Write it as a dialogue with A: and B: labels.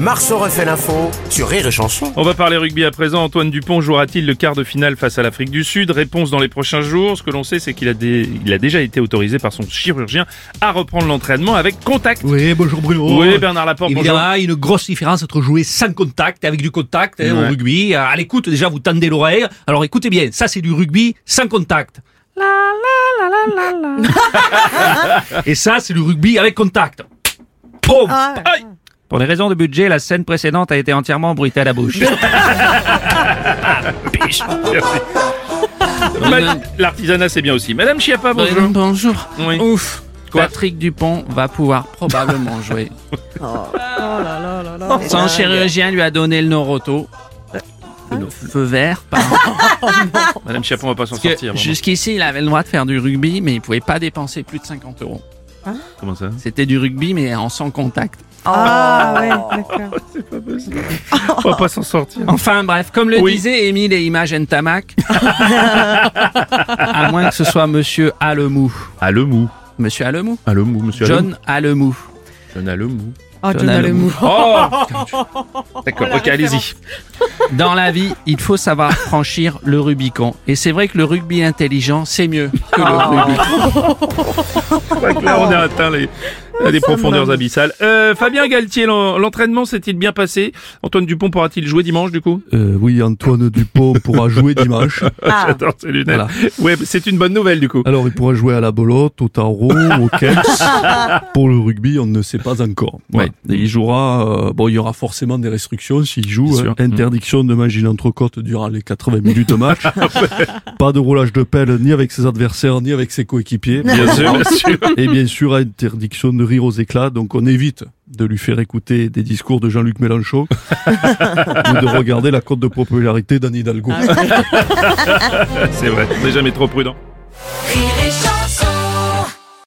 A: Marceau refait l'info sur Rire et Chanson.
B: On va parler rugby à présent. Antoine Dupont jouera-t-il le quart de finale face à l'Afrique du Sud Réponse dans les prochains jours. Ce que l'on sait, c'est qu'il a, dé- il a déjà été autorisé par son chirurgien à reprendre l'entraînement avec contact.
C: Oui, bonjour Bruno.
B: Oui, Bernard Laporte,
C: Il y
B: bonjour.
C: a une grosse différence entre jouer sans contact, avec du contact, hein,
B: Ouais.
C: au rugby. À l'écoute, déjà, vous tendez l'oreille. Alors écoutez bien, ça c'est du rugby sans contact. La, la, la, la, la, la. Et ça, c'est du rugby avec contact. Boum. Aïe.
D: Pour des raisons de budget, la scène précédente a été entièrement bruitée à la bouche.
B: Merci. Ma- L'artisanat, c'est bien aussi. Madame Chiappa, bonjour.
D: Bonjour.
B: Oui.
D: Ouf.
B: Quoi
D: Patrick Dupont va pouvoir probablement jouer.
C: Oh.
D: Son chirurgien lui a donné le Noroto.
C: Euh,
D: Le feu vert, pardon.
B: Madame Chiappa, on va pas s'en
D: Parce que
B: sortir. vraiment.
D: jusqu'ici, il avait le droit de faire du rugby, mais il pouvait pas dépenser plus de 50 euros.
B: Comment ça
D: C'était du rugby, mais en sans contact.
E: Ah ouais, d'accord.
B: On va pas s'en sortir.
D: Enfin, bref, comme le
B: Oui.
D: disait Émile et Image Ntamak, à moins que ce soit Monsieur Alemou.
B: À le mou.
D: Monsieur Alemou
B: À le mou, monsieur.
D: John Alemou.
B: Alemou. John à le mou.
E: Oh,
D: John
E: John Alemou.
B: Oh D'accord, ok, allez-y.
D: Dans la vie, il faut savoir franchir le Rubicon. Et c'est vrai que le rugby intelligent, c'est mieux que
C: Ah.
D: le rugby.
B: Là, on a atteint les, les profondeurs abyssales. Euh, Fabien Galtier, l'en- l'entraînement s'est-il bien passé Antoine Dupont pourra-t-il jouer dimanche du coup
C: Euh, oui, Antoine Dupont pourra jouer dimanche.
B: J'adore ces lunettes. Ouais, c'est une bonne nouvelle du coup.
C: Alors, il pourra jouer à la belote, au tarot, au keps. Pour le rugby, on ne sait pas encore.
B: Voilà.
C: Il jouera, euh, bon, il y aura forcément des restrictions s'il joue. hein.
B: Bien sûr.
C: Interdiction de manger l'entrecôte durant les 80 minutes de match. pas de roulage de pelle ni avec ses adversaires, ni avec ses coéquipiers.
B: Bien sûr, bien sûr.
C: Et bien sûr, interdiction de rire aux éclats. Donc, on évite de lui faire écouter des discours de Jean-Luc Mélenchon ou de regarder la cote de popularité d'Anne Hidalgo.
B: C'est vrai, on n'est jamais trop prudent.